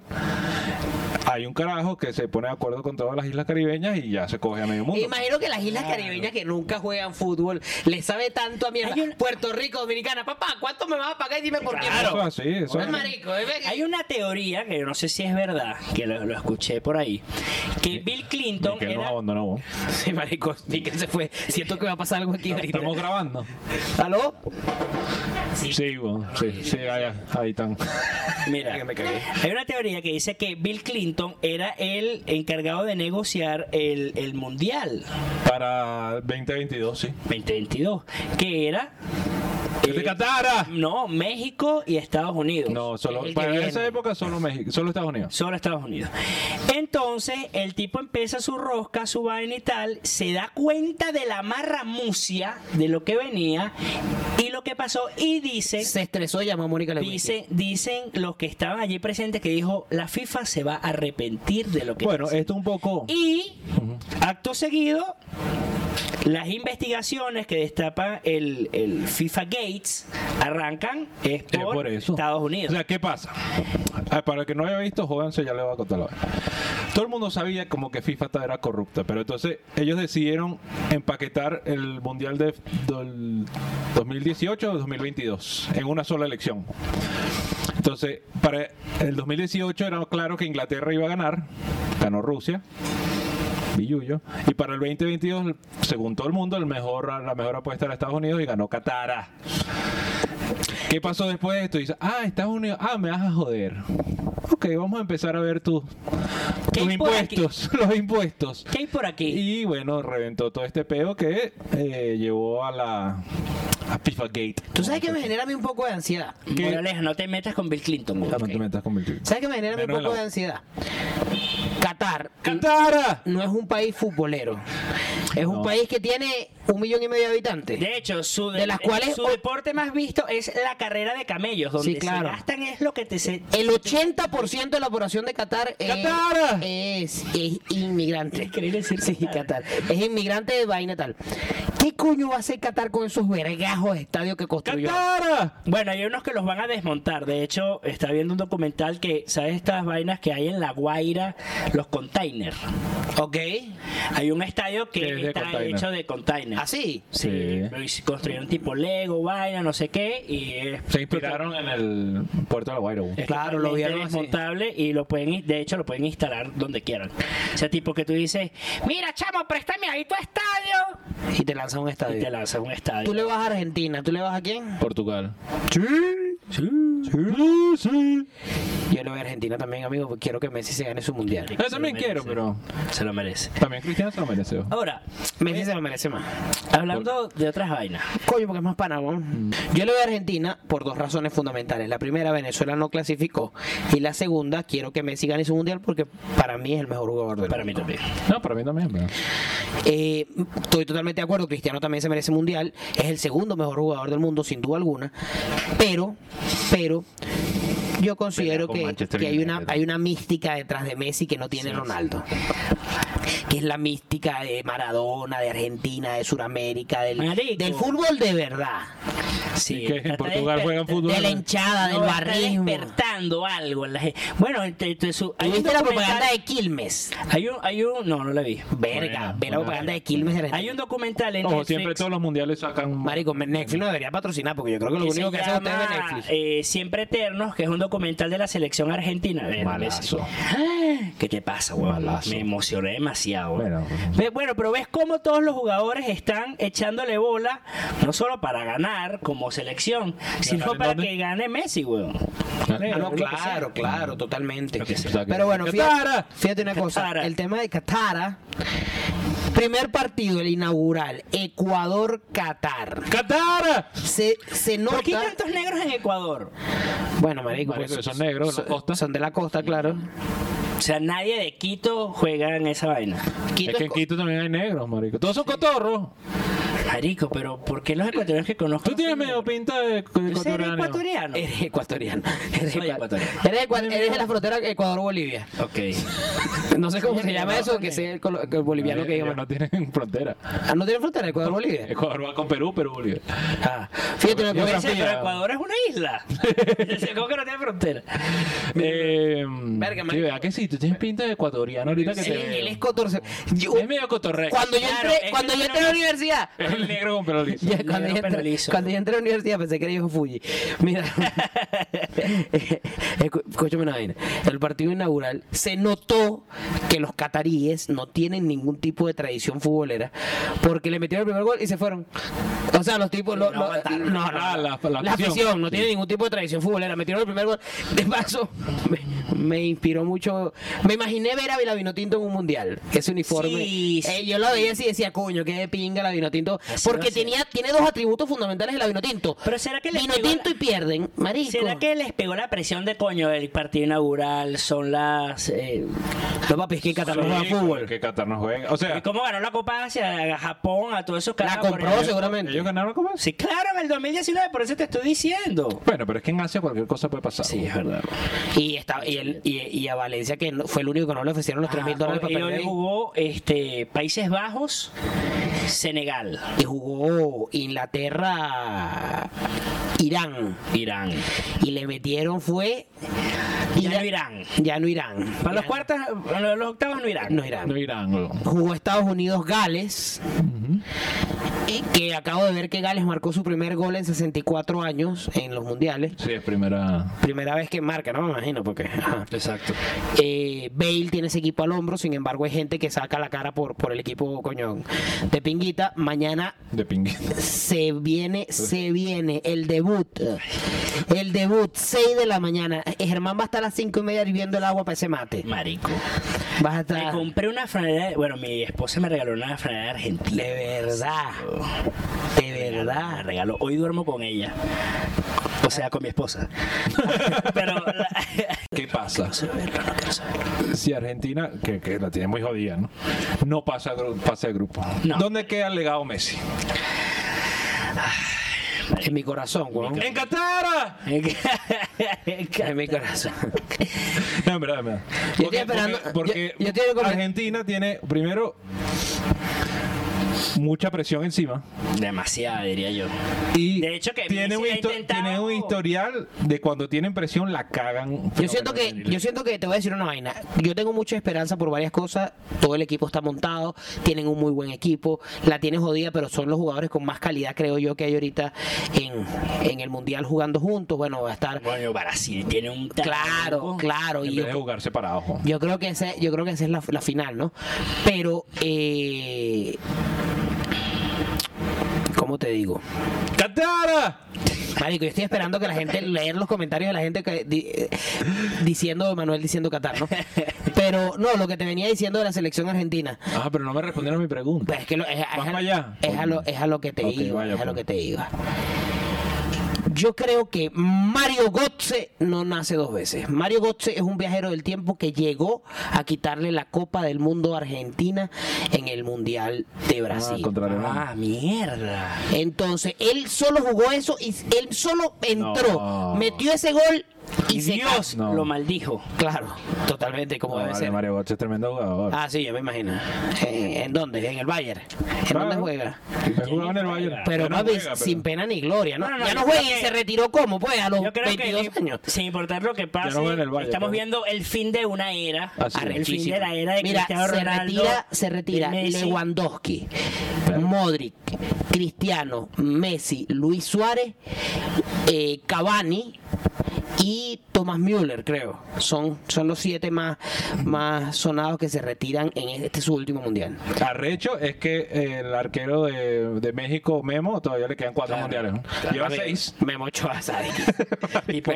hay un carajo que se pone de acuerdo con todas las islas caribeñas y ya se coge a medio mundo.
Imagino que las islas caribeñas que nunca juegan fútbol les sabe tanto a mierda.
Hay un-
Puerto Rico, Dominicana, papá, ¿cuánto me vas a pagar? Y dime por qué.
Eso así, eso
Ay,
así.
marico, eh, venga.
Hay una teoría que yo no sé si es verdad, que lo, lo escuché por ahí, que Bill Clinton
Que él nos
era... [LAUGHS]
abandonó. ¿no?
Sí, marico, vi que se fue.
[LAUGHS]
Siento que va a pasar algo aquí ahorita.
Estamos grabando.
¿Aló?
Sí, bueno, sí, sí, allá, ahí están.
[LAUGHS] Mira, hay una teoría que dice que Bill Clinton era el encargado de negociar el, el Mundial
Para 2022, sí.
2022, que era...
¡Que
eh,
te catara!
No, México y Estados Unidos.
No, solo,
El que
para
viene.
esa época solo México, solo Estados Unidos.
Solo Estados Unidos. Entonces, el tipo empieza su rosca, su vaina y tal, se da cuenta de la marra mucia de lo que venía y lo que pasó y dice...
Se estresó, llamó a Mónica Lewinsky.
Dicen, dicen los que estaban allí presentes que dijo la FIFA se va a arrepentir de lo que
Bueno, eh,
hizo".
esto un poco.
y acto seguido las investigaciones que destapa el, el FIFA Gates arrancan
Es
es por,
Eh, por eso.
Estados
O
Unidos.
sea, ¿qué pasa? Ah, Para el que no haya visto, jódanse, ya le voy a contar la vaina. Todo el mundo sabía como que FIFA era corrupta, pero entonces ellos decidieron empaquetar el Mundial de del 2018 o 2022 en una sola elección. Entonces, para el 2018 era claro que Inglaterra iba a ganar, ganó Rusia. Billuyo. Y para el 2022, según todo el mundo, el mejor, la mejor apuesta era Estados Unidos y ganó Qatar. ¿Qué pasó después de esto? Dice, ah, Estados Unidos, ah, me vas a joder. Ok, vamos a empezar a ver tus-
¿Qué
tus
hay por aquí?
impuestos, [LAUGHS] los impuestos.
¿Qué hay por aquí?
Y bueno, reventó todo este peo que eh, llevó a la A FIFA Gate.
¿Tú sabes que me genera a mí un poco de ansiedad?
Moraleja, no te metas con Bill Clinton, güey.
No te metas con Bill
¿Sabes que me genera a mí un
Menos
poco
la-
de ansiedad? Qatar
¡Cantara!
no es un país futbolero. Es un
No.
país que tiene un millón y medio de habitantes.
De hecho, su,
De las cuales-
su deporte más visto es la carrera de camellos, donde
Sí, claro.
se gastan es lo que te se...
El 80% de la población de Qatar es,
¡Qatar!
es, es inmigrante.
Increíble decir
Sí, Qatar. Es inmigrante de vaina tal. ¿Qué coño va a hacer Qatar con esos vergajos de estadio que construyó?
¡Cantara!
Bueno, hay unos que los van a desmontar. De hecho, está viendo un documental que, ¿sabes estas vainas que hay en La Guaira? Los containers.
Ok.
Hay un estadio que
Que es de
está
container.
hecho de containers.
Así.
Sí,
Sí.
lo hice- construyeron tipo Lego, vaina, no sé qué, y es
Se inspiraron en el puerto de la Guaira. güey.
es
Claro, lo
totalmente
vieron así.
desmontable y lo pueden, in- de hecho, lo pueden instalar donde quieran. O sea, tipo que tú dices, mira, chamo, préstame ahí tu estadio.
Y te lanza un
Y te
estadio.
lanzan un estadio.
Tú le vas a Argentina, tú le vas a quién?
Portugal.
Yo le voy a Argentina también, amigo, porque quiero que Messi se gane su mundial.
Yo también
Se lo
quiero, pero
Se lo merece.
también Cristiano se lo merece. güey.
Ahora,
Messi se lo merece más.
hablando de otras vainas.
Coño, porque es más panamá. Yo le voy a Argentina por dos razones fundamentales. La primera, Venezuela no clasificó. Y la segunda, quiero que Messi gane su mundial porque para mí es el mejor jugador del
Para mí
mundo.
también.
No, para mí también. pero-
Eh, estoy totalmente de acuerdo, Cristiano también se merece mundial, es el segundo mejor jugador del mundo, sin duda alguna, pero, pero yo considero
con
que,
Manchester
que hay, una,
United.
hay una mística detrás de Messi que no tiene Ronaldo. Que es la mística de Maradona, de Argentina, de Sudamérica, del,
Marico.
del fútbol de verdad,
Sí,
que en
está
Portugal
desper-
juegan fútbol.
de la hinchada, del
No, está
barrismo.
despertando algo en la gente. Bueno, entre, entre su, hay un
¿Viste la
documental-
propaganda de Quilmes?
Hay un, hay un, no, no la vi.
Verga,
Buena,
ve la
buena.
propaganda de Quilmes de la
Hay un documental en
Ojo,
Netflix
siempre todos los mundiales sacan.
Marico, Netflix no debería patrocinar porque yo creo que lo
que
único
se
que hace usted es
llama,
Netflix.
eh, Siempre Eternos, que es un documental de la selección argentina. Ver,
Malazo.
ves- Ah, ¿Qué te pasa, huevón?
Malazo.
Me emocioné demasiado.
Bueno, pues.
Ve- bueno, pero ves cómo todos los jugadores están echándole bola, no solo para ganar como selección, sino
¿Ganar en
para
dónde?
que gane Messi, weón.
Ah, no, claro, claro, totalmente. Pero bueno,
¡Catara!
fíjate, fíjate una cosa.
Catara.
El tema de Catara. Primer partido, el inaugural, Ecuador-Catar.
¡Catara!
Se, se
¿Por qué hay
nota...
tantos negros en Ecuador?
Bueno, marico,
Marico,
pues,
son negros, la costa.
Son de la costa, claro.
Mm.
O sea, nadie de Quito juega en esa vaina.
Quito
Es
es
que en
co-
Quito también hay negros, marico. Todos son cotorros.
Marico, pero ¿por qué los ecuatorianos que conozco?
Tú tienes medio pinta de co- de
Yo soy
[LAUGHS]
ecuatoriano.
ecuatoriano.
Eres ecuatoriano. Eres,
Soy
ecua-
ecuatoriano.
eres ecua- eres de la frontera Ecuador-Bolivia.
Ok.
No sé cómo se llama eso, que sea
eh.
el, colo- el boliviano que
Ellos
digamos.
no tienen [LAUGHS] frontera.
Ah, ¿No tiene frontera Ecuador-Bolivia?
Ecuador va con Perú, Perú, Bolivia.
Ah, fíjate una
Yo
cosa.
Sí, pero Ecuador es una
[LAUGHS]
isla. ¿Cómo que no tiene frontera?
Eh,
Verga,
sí,
marico.
¿verdad que sí? Tú tienes pinta de ecuatoriano ahorita que
Sí,
te veo.
él es cotorce. Yo-
Es medio cotorreo.
cuando yo
Claro, es
entré,
que
cuando
no
yo
era-
entré a la universidad.
[LAUGHS]
Es el negro con pelo liso.
ya, cuando,
Negro
yo
pelo
entré,
liso.
cuando yo entré a la universidad pensé que era hijo Fuji. Mira,
[LAUGHS]
[LAUGHS] escu- escúchame una vaina. El partido inaugural se notó que los cataríes no tienen ningún tipo de tradición futbolera porque le metieron el primer gol y se fueron. O sea, los tipos. los- los-
aguantaron.
no, no,
Ah, la- la
la
afición.
afición no tiene ningún tipo de tradición futbolera. Metieron el primer gol. De paso, me, me inspiró mucho. Me imaginé ver a Vinotinto en un mundial. Ese uniforme.
Sí, sí.
Eh, yo lo veía así y decía, coño, qué de pinga la Vinotinto.
Así va
Porque
a ser.
tenía, tiene dos atributos fundamentales de la Vinotinto.
Pero ¿será que le pegó
Vinotinto
la-
y pierden, marico.
¿Será que les pegó la presión de coño el partido inaugural? Son las. eh,
No, papi, es que en Qatar no juega
Sí,
fútbol.
Que Qatar no juega. O
¿y
sea,
¿Cómo ganó la Copa Asia a Japón, a todos esos
La
carajos por
compró
ahí?
seguramente.
ellos ganaron como
Sí, claro, en el 2019, por eso te estoy diciendo.
Bueno, pero es que en Asia cualquier cosa puede pasar.
Sí, es verdad.
Y, está, y, el- y, y a Valencia, que no- fue el único que no le ofrecieron los 3 mil dólares
Ah,
para
y hoy
perder.
jugó este, Países Bajos, Senegal,
Y jugó Inglaterra, Irán.
Irán.
Y le metieron fue...
Y ya no Irán.
Ya no Irán.
Para los
Ya
cuartos, para los octavos no Irán.
No Irán.
No irán. güey.
jugó Estados Unidos Gales. Y que acabo de ver que Gales marcó su primer gol en 64 años en los mundiales.
Sí, es primera.
Primera vez que marca, no me imagino, porque. ajá.
Exacto.
Eh, Bale tiene ese equipo al hombro, sin embargo, hay gente que saca la cara por, por el equipo, coño, de Pinguita. Mañana
De pingüino.
[LAUGHS] se viene, se viene el debut. El debut, 6 de la mañana. Eh, Germán va a estar a las 5 y media hirviendo el agua para ese mate.
Marico.
Vas a
Me
estar.
compré una franela. Bueno, mi esposa me regaló una franela argentina.
De verdad.
regalo. De verdad, regalo. Hoy duermo con ella. O sea, con mi esposa. [LAUGHS] Pero la- [LAUGHS]
¿Qué pasa?
no quiero saberlo, no quiero saberlo.
Si Argentina, que, que la tiene muy jodida, ¿no? No pasa, gru- pasa de grupo.
No.
¿Dónde queda el legado Messi?
En mi corazón, weón.
¡En Qatar!
[LAUGHS] En mi corazón.
No, en verdad, en verdad.
Yo
Porque-
estoy esperando-
porque- Porque
yo- yo estoy con-
Argentina tiene, primero, mucha presión encima.
Demasiado, diría yo.
Y
De hecho, que
tiene,
Messi
un
ha
histo-
intentado-
tiene un historial de cuando tienen presión la cagan.
[LAUGHS] Yo siento que, yo siento que te voy a decir una vaina. Yo tengo mucha esperanza por varias cosas. Todo el equipo está montado, tienen un muy buen equipo, la tienen jodida, pero son los jugadores con más calidad, creo yo, que hay ahorita en, en el mundial jugando juntos. Bueno, va a estar
Bueno, Brasil tiene un
claro,
talento.
claro.
En
Y
vez de
yo,
jugar separados. jo.
yo creo que ese, yo creo que esa es la, la final, ¿no? Pero eh, ¿cómo te digo?
¡Qatar!
Marico, yo estoy esperando que la gente leer los comentarios de la gente que, di- eh, diciendo Manuel diciendo Qatar, ¿no? Pero no, lo que te venía diciendo de la selección argentina.
Ah, pero no me respondieron a mi pregunta.
Pues es que lo- es, es
Vas
a,
para allá.
es a lo, es a lo que te
Ok,
iba,
vaya,
es a lo
pues.
que te iba. Yo creo que Mario Götze no nace dos veces. Mario Götze es un viajero del tiempo que llegó a quitarle la Copa del Mundo a Argentina en el Mundial de Brasil.
contra Alemania.
Ah, mierda.
Entonces, él solo jugó eso y él solo entró,
No.
metió ese gol y, se
Dios
No.
lo maldijo.
ca- Claro, totalmente como
No,
debe
vale,
ser.
Mario Götze es tremendo jugador.
Ah, sí, yo me imagino. ¿En, en dónde? ¿En el Bayern? ¿En
Claro.
dónde juega?
Él jugaba Ah, en el Bayern.
Pero
Ya no
papi,
juega, pero-
sin pena ni gloria, ¿no?
No, no, no,
ya no
yo
juega
creo
y
que-
se retiró como, pues, a los
Yo creo que
22 años.
sin importar lo que pase,
juega en el Ah, Bayern,
estamos
pero-
viendo el fin de una era.
Así es.
el fin de la era de
Mira,
Cristiano
se
Ronaldo.
retira, se retira
de Messi.
Lewandowski, Modric, Cristiano, Messi, Luis Suárez, eh, Cavani y Thomas Müller, creo. Son, son los siete más, más sonados que se retiran en este su último mundial.
Arrecho es que el arquero de, de México, Memo, todavía le quedan cuatro mundiales. ¿no? Lleva seis.
Memo Ochoa,
[LAUGHS]
¿sabes?
Tipo,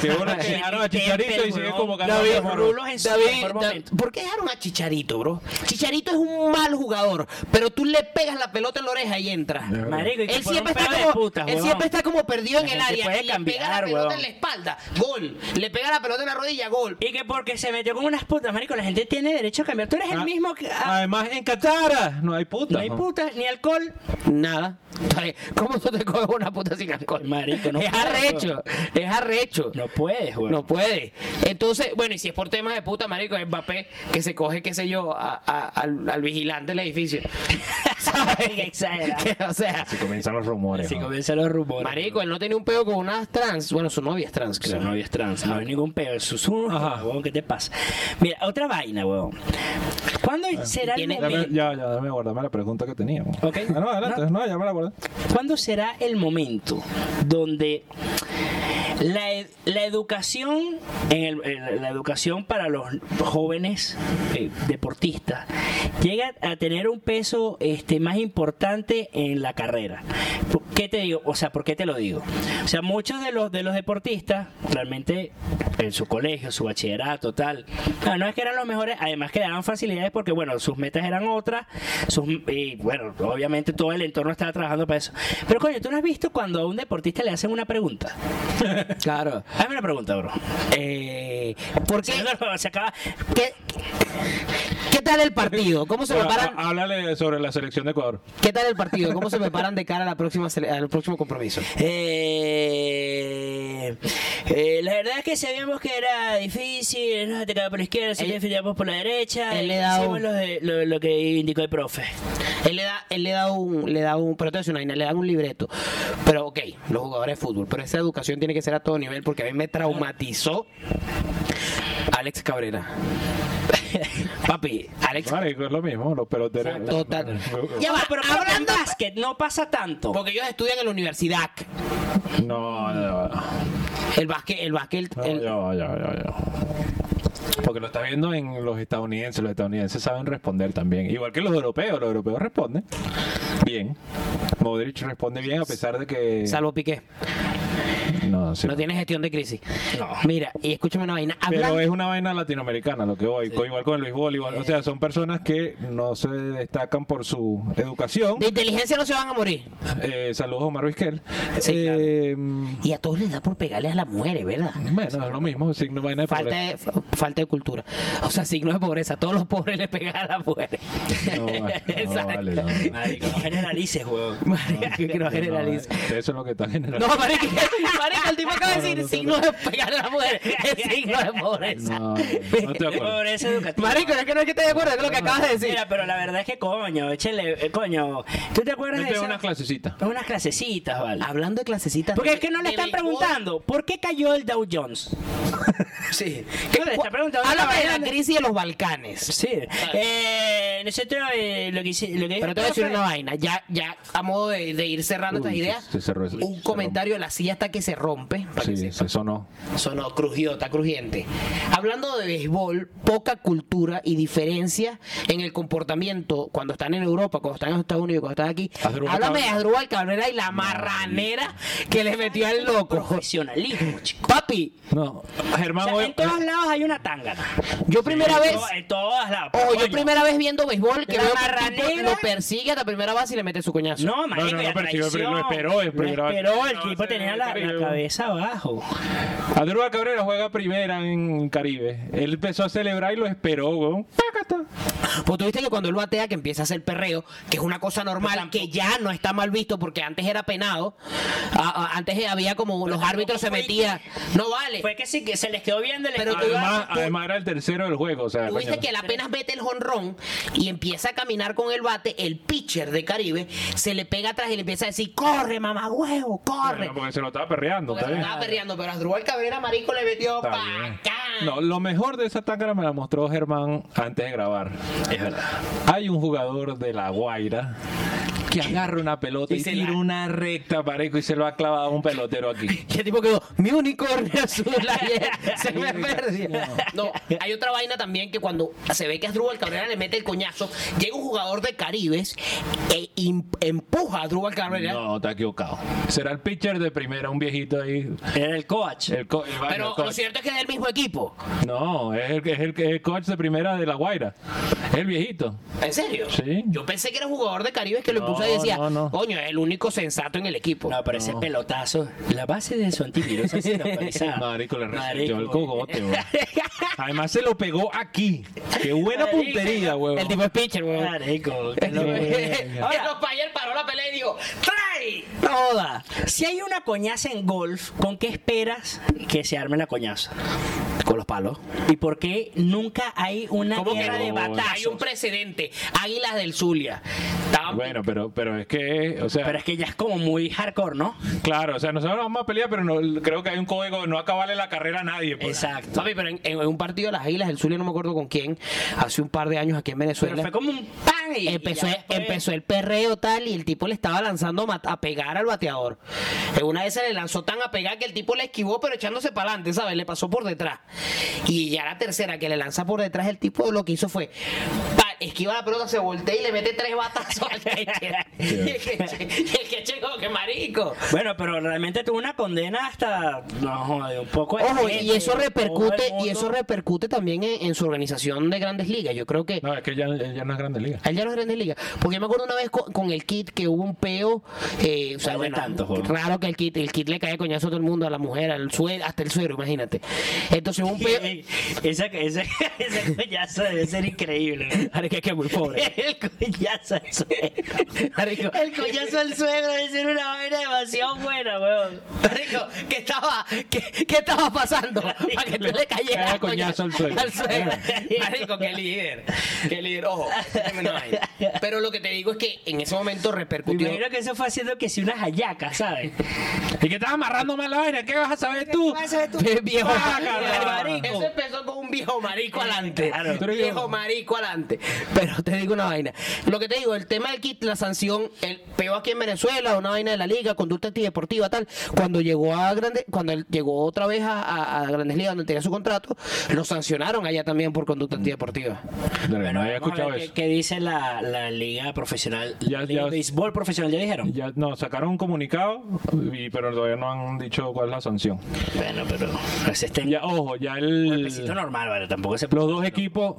Seguro que dejaron a Chicharito y sigue como
David Rulos en su
David,
mejor
Da-
momento.
¿por qué dejaron a Chicharito, bro? Chicharito es un mal jugador, pero tú le pegas la pelota en la oreja y entra.
Marico, y que
Él
por
siempre,
un
está
pedo de
como,
putas,
él
huevón.
siempre está como perdido en
La
el
gente
área.
puede
y le pega la
cambiar,
pelota
huevón.
en la espalda. Gol. Le pega la pelota en la rodilla. Gol.
Y que porque se metió con unas putas, marico, la gente tiene derecho a cambiar. Tú eres el mismo que... ah,
Además, en Qatar no hay puta.
no hay putas, ni alcohol.
Nada. [LAUGHS] Entonces, ¿Cómo tú te coges una puta sin alcohol?
Marico, no
es
puedo,
arrecho. Es arrecho.
No puedes, güey.
No puede. Entonces, bueno, y si es por temas de puta, marico, es Mbappé que se coge, qué sé yo, a- a- al, al vigilante del edificio. [LAUGHS] ¿Sabes?
Qué exagerado.
Que, o sea,
Si comienzan los rumores.
Si
¿no?
comienzan los rumores.
marico, él no tenía un pedo con unas trans. Bueno, su novia es trans,
O sea,
creo.
no había trans, no había ningún pedo. Susurro,
Ajá.
huevón, ¿qué te pasa? Mira, otra vaina, huevón. ¿Cuándo
Ah.
será el
tiene-
momento?
Dame- ya, ya, dame guardarme la pregunta que tenía. ¿no?
Ok.
Ah, no, adelante. No, ya me la guardé.
¿Cuándo será el momento donde la, ed- la educación en el- en la educación para los jóvenes eh, deportistas llega a tener un peso este más importante en la carrera? ¿Por ¿Qué te digo? O sea, ¿por qué te lo digo? O sea, muchos de los de los deportistas realmente en su colegio, su bachillerato, tal, ah, no, no es que eran los mejores, además que le daban facilidades porque bueno, sus metas eran otras, sus y bueno, obviamente todo el entorno estaba trabajando para eso. Pero coño, tú no has visto cuando a un deportista le hacen una pregunta.
Claro.
Hazme una pregunta, bro.
Eh, ¿Por qué?
Se acaba.
¿Qué, qué tal el partido? ¿Cómo se
Ahora,
preparan?
há- Háblale sobre la selección de Ecuador.
¿Qué tal el partido? ¿Cómo se preparan de cara a la próxima sele- al próximo compromiso?
Eh, eh, la verdad es que sabíamos que era difícil, nos atacaba por la izquierda, se
Él-
defendíamos por la derecha,
él
y
le da
hicimos
un-
lo, de- lo- lo que indicó el profe.
Él le da, él le da un, le da un, pero te voy a decir una vaina, le da un libreto. Pero ok, los jugadores de fútbol, pero esa educación tiene que ser a todo nivel porque a mí me traumatizó Alex Cabrera. [LAUGHS] Papi, Alex
Marico, es lo mismo, los peloteros.
Total.
Ya va, pero creo que en
hablando-
básquet no pasa tanto.
porque ellos estudian en la universidad.
No, no, no.
El básquet, el básquet,
No,
el-
ya, ya, ya, ya. Porque lo estás viendo en los estadounidenses. Los estadounidenses saben responder también. Igual que los europeos. Los europeos responden bien. Modric responde bien a pesar de que...
salvo Piqué.
No, sí.
No tiene gestión de crisis.
No.
Mira, y escúchame una vaina.
Pero
Hablando-
es una vaina latinoamericana lo que voy, co- igual con el béisbol, igual. O sea, son personas que no se destacan por su educación.
De inteligencia no se van a morir.
Eh, saludos, Omar Vizquel.
Sí, claro.
Eh,
Y a todos les da por pegarle a las mujeres, ¿verdad?
Bueno, es lo mismo, signo vaina de
Falta
pobreza.
de, fa- falta de cultura. O sea, signo de pobreza. Todos los pobres le pegan a las mujeres. [LAUGHS]
No, vale, no,
Exacto.
vale, no.
Marico, no
[LAUGHS]
generalices, weón.
Marica, que no generalice.
No, eso es lo que está generando.
No, marica, [LAUGHS] marica, el tipo acaba de decir signo de pegarle a las mujeres. Es signo de pobreza.
No, no estoy de acuerdo.
Pobreza
[LAUGHS]
educativa.
Marico, es que no es que esté de acuerdo con lo que acabas de decir.
Mira, pero la verdad es que coño, échale, eh, coño. ¿Tú te acuerdas
Mete
de esa-
una clasecita.
unas clasecitas, vale?
Hablando de clasecitas.
Porque es que no le están
de béisbol.
preguntando, ¿por qué cayó el Dow Jones?
[LAUGHS] Sí.
No le está preguntando
Háblame de
nada.
la crisis de los Balcanes.
Sí. Eh, nosotros eh, lo que hici- lo que
Pero te voy a decir una vaina, ya, ya a modo de, de ir cerrando
Uy,
estas ideas,
se- se cerró eso.
un
Se
comentario de la silla hasta que se rompe, para que
Sí,
sepa.
eso no.
Sonó, crujió, está crujiente. Hablando de béisbol, poca cultura y diferencia en el comportamiento cuando están en Europa, cuando están en Estados Unidos, cuando están aquí.
Asdrúbal
Háblame de
Cabrera.
Asdrúbal Cabrera y la marranera que le metió al loco. [CLEARS THROAT]
Profesionalismo, chico.
Papi,
No, Germán,
O sea,
hoy-
en todos lados hay
[CLEARS THROAT]
una tangana.
yo primera vez...
No, En todas lados.
Ojo, yo
coño.
primera vez viendo béisbol que
La
veo que un tipo
marranera.
lo persigue hasta primera base y le mete su coñazo.
No, marico,
no,
y
no,
la
pero si lo-
traición.
lo esperó en
Lo
primera base.
esperó, el
No,
tipo
se
tenía
ve
la,
terrible,
la
weón.
cabeza abajo.
Andrés Cabrera juega primera en Caribe. Él empezó a celebrar y lo esperó, weón. Pacata.
Pues tú viste que cuando él batea que empieza a hacer perreo, que es una cosa normal, que ya no está mal visto porque antes era penado. A- a- antes había como los árbitros se
fue-
metían. No vale.
Fue que sí, que se les quedó viendo el
Pero tú-
Además, además era el tercero del juego, o sea,
Tú viste
coño.
que él apenas mete el jonrón y empieza a caminar con el bate, el pitcher de Caribe se le pega atrás y le empieza a decir, corre, mamá huevo, corre.
Bueno, porque se lo estaba perreando,
Porque
está
se
bien.
estaba perreando, pero Asdrúbal Cabrera Marico le metió
Está
pa'
bien.
acá.
No, lo mejor de esa tácara me la mostró Germán antes de grabar.
Es verdad.
Hay un jugador de La Guaira que agarra una pelota y,
se
tira
la-
una recta, parejo, y se lo ha clavado a un
[LAUGHS]
pelotero aquí.
Y el tipo quedó, mi unicornio azul [LAUGHS] ayer se me perdió. No, hay otra vaina también que cuando se ve que Asdrúbal Cabrera le mete el coñazo, llega un jugador de Caribes e im- empuja a Asdrúbal Cabrera.
No, está equivocado. Será el pitcher de primera, un viejito ahí.
Era el coach.
El co- el- bueno, el
Pero
coach.
lo cierto es que es del mismo equipo.
No, es el, es, el, es el coach de primera de La Guaira. Es el viejito.
¿En serio?
Sí.
Yo pensé que era jugador de Caribes que lo
No,
empuja y decía,
no, no.
coño, es el único sensato en el equipo.
No, pero ese pelotazo, la base de su antivirus es escapalizada.
Marico, le resolvió
Marico.
el cogote,
[LAUGHS]
weón. Además se lo pegó aquí. Qué buena puntería, weón.
El tipo es pitcher, weón.
Marico, qué loco.
[LAUGHS] Ahora,
Ahora,
los payers paró la pelea y dijo, ¡Trae!
no joda. Si hay una coñaza en golf, ¿con qué esperas que se arme la coñaza?
Con los palos.
¿Y por qué nunca hay una
¿Cómo que
guerra de
no? Hay un
batazos?
precedente. Águilas del Zulia. Estaban
Bueno, pero, pero es que, o sea,
Pero es que ya es como muy hardcore, ¿no?
claro, o sea, nosotros vamos a pelear, pero no, creo que hay un código de no acabarle la carrera a nadie. pues.
Exacto.
Papi, pero en, en un partido de las Águilas del Zulia, no me acuerdo con quién, hace un par de años aquí en
Pero
Venezuela.
fue como un pan y
Empezó,
y ya después-
empezó el perreo tal y el tipo le estaba lanzando a mat- a pegar al bateador. En una de esas le lanzó tan a pegar que el tipo le esquivó, pero echándose para adelante, ¿sabes? Le pasó por detrás. Y ya la tercera que le lanza por detrás, el tipo lo que hizo fue pa, esquiva la pelota, se voltea y le mete tres batazos al [LAUGHS] catcher. y el catcher- y el catcher como que marico.
Bueno, pero realmente tuvo una condena hasta no joder, un poco. de
Ojo,
Pues, gente,
y eso
todo el
repercute, y eso
mundo.
repercute también en, en su organización de grandes ligas. Yo creo que
No, es que ya, ya no es grande liga.
Allá en las grandes ligas. Porque yo me acuerdo una vez con, con el kit que hubo un peo. Eh, o sea,
Hubo
bueno,
tantos, joder.
raro que el kit, el kit le cae coñazo a todo el mundo, a la mujer, al suelo, hasta el suero, imagínate. Entonces hubo un
[LAUGHS]
peo.
Ey, Esa, esa, [LAUGHS] ese collazo debe ser increíble.
Marica, que es muy [LAUGHS] pobre.
El collazo al suegro.
Marico.
El collazo al suegro debe ser una vaina demasiado buena, weón.
Marico, ¿qué estaba, qué, qué estaba pasando? Para que tú le
Le
cayera
cae coñazo al suegro.
Marico, qué líder. Qué líder. Ojo. déjame una vaina. Pero lo que te digo es que en ese momento
Me
repercutió.
imagino que eso fue haciendo que si unas hallacas, ¿sabes?
Y que estás amarrando mal la vaina, ¿qué vas a saber tú?
Viejo.
Págalo.
Eso empezó con un viejo marico adelante.
Claro.
Tú eres
Viejo
viejo.
marico adelante. Pero te digo una vaina. Lo que te digo, el tema del kit, la sanción, el peo aquí en Venezuela, una vaina de la liga, conducta antideportiva, tal. Cuando llegó a grande, cuando él llegó otra vez a, a- a Grandes Ligas donde tenía su contrato, lo sancionaron allá también por conducta antideportiva.
no había
Vamos a
escuchado
ver qué,
eso.
qué dice la, la liga profesional,
Ya-
la liga
ya-
de béisbol profesional, ya dijeron.
Ya, no, sacaron un comunicado, y- pero todavía no han dicho cuál es la sanción.
Bueno, pero ese está en
Ya, ojo, ya el...
golpecito normal, vale, tampoco se
[LAUGHS] Los dos equipos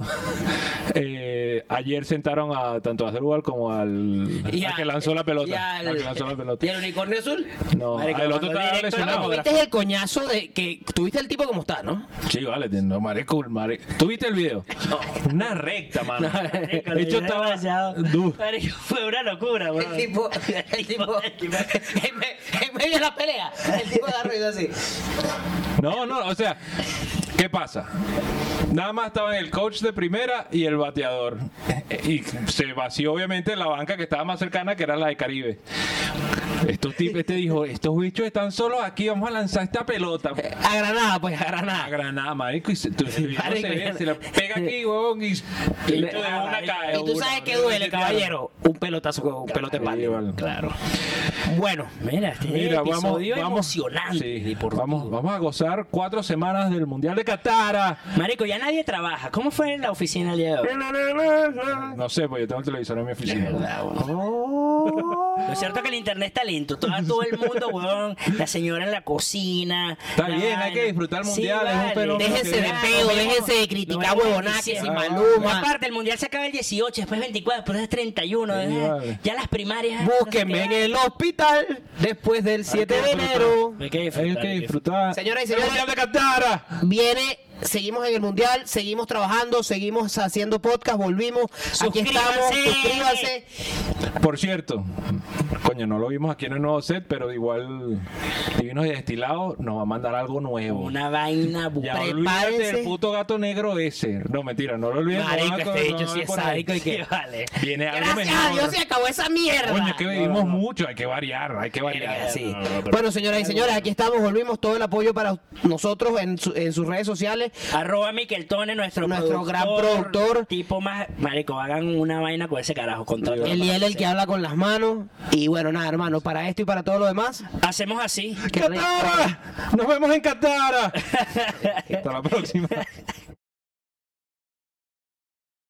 eh, ayer sentaron a tanto a Drubal como al,
Y
al
a- este,
que lanzó la pelota.
y al-
al que lanzó la
[LAUGHS]
pelota.
¿Y el unicornio azul?
No,
Marico,
el otro
cuando
estaba
directo al
lesionado.
Tuviste el coñazo de que tuviste el tipo como está, ¿no?
Sí, vale, te- no, marico, el mare- ¿Tú viste el video? Una recta, [LAUGHS] mano.
Marico,
De hecho,
lo
estaba
demasiado.
Du-
Marico, fue una locura, bro.
El tipo, el tipo, en, me- en medio de la pelea, el tipo da ruido así.
No, no, o sea, ¿qué pasa? Nada más estaban el coach de primera y el bateador. Eh, Y se vació obviamente la banca que estaba más cercana, que era la de Caribe. Estos tipos, este dijo, estos bichos están solos aquí, vamos a lanzar esta pelota.
A Granada, pues, a
A
Granada.
Granada, marico, y se, tú- el video
Marico,
se ve,
ya-
se la pega aquí, huevón, y, y de una cae.
Y tú sabes que duele, caballero. Un pelotazo, con- un pelote
Sí,
pálido.
vale.
Claro.
Bueno,
Mira, este
Mira, vamos,
episodio
vamos,
emocionante.
sí,
deportivo.
vamos, vamos a gozar cuatro semanas del Mundial de Qatar.
Marico, ya nadie trabaja. ¿Cómo fue en la oficina el día de hoy?
No sé, pues yo tengo el televisor en mi oficina.
Lo cierto es que el internet está lento. Todo, todo el mundo, weón. La señora en la cocina.
Está
la
bien, hay
vaina.
que disfrutar el mundial, es un fenómeno
Déjense de pedo, déjense de criticar
Lo vemos
huevonadas que
Ah,
27.
si
Bueno,
Maluma.
Aparte, el mundial se acaba el 18, después 24, después es 31.
Sí,
¿verdad?
vale. eh.
Ya las primarias.
Búsquenme en el hospital después del 7 de enero.
Hay que
Hay
disfrutar.
que disfrutar.
Señoras y
¡El
señores,
Mundial de Qatar!
viene, seguimos en el mundial, seguimos trabajando, seguimos haciendo podcast, volvimos. Aquí estamos, suscríbanse.
Suscríbanse.
Por cierto, coño, no lo vimos aquí en el nuevo set, pero igual Divinos y Destilados nos va a mandar algo nuevo.
Una vaina bu-
Ya
Prepárense.
olvídate del puto gato negro ese. No, mentira, no lo olvides. no
Marico,
van a co-
este
no
bicho
van a
sí es
poner.
sádico y que...
vale.
Viene algo
Gracias a
mejor.
Dios se acabó esa mierda.
Coño, es que vivimos mucho, hay que variar, hay que variar.
Sí. Bueno, señoras y señores, aquí estamos, volvimos todo el apoyo para nosotros en, su- en sus redes sociales.
Arroba Miquel Tone, nuestro,
Nuestro gran productor.
Tipo más. Marico, hagan una vaina con ese carajo. Contra
El él el que habla con las manos. Y bueno, nada, hermano, para esto y para todo lo demás.
Hacemos así.
qué rico. [LAUGHS]
¡Catara! ¡Nos vemos en Catara! Hasta la próxima.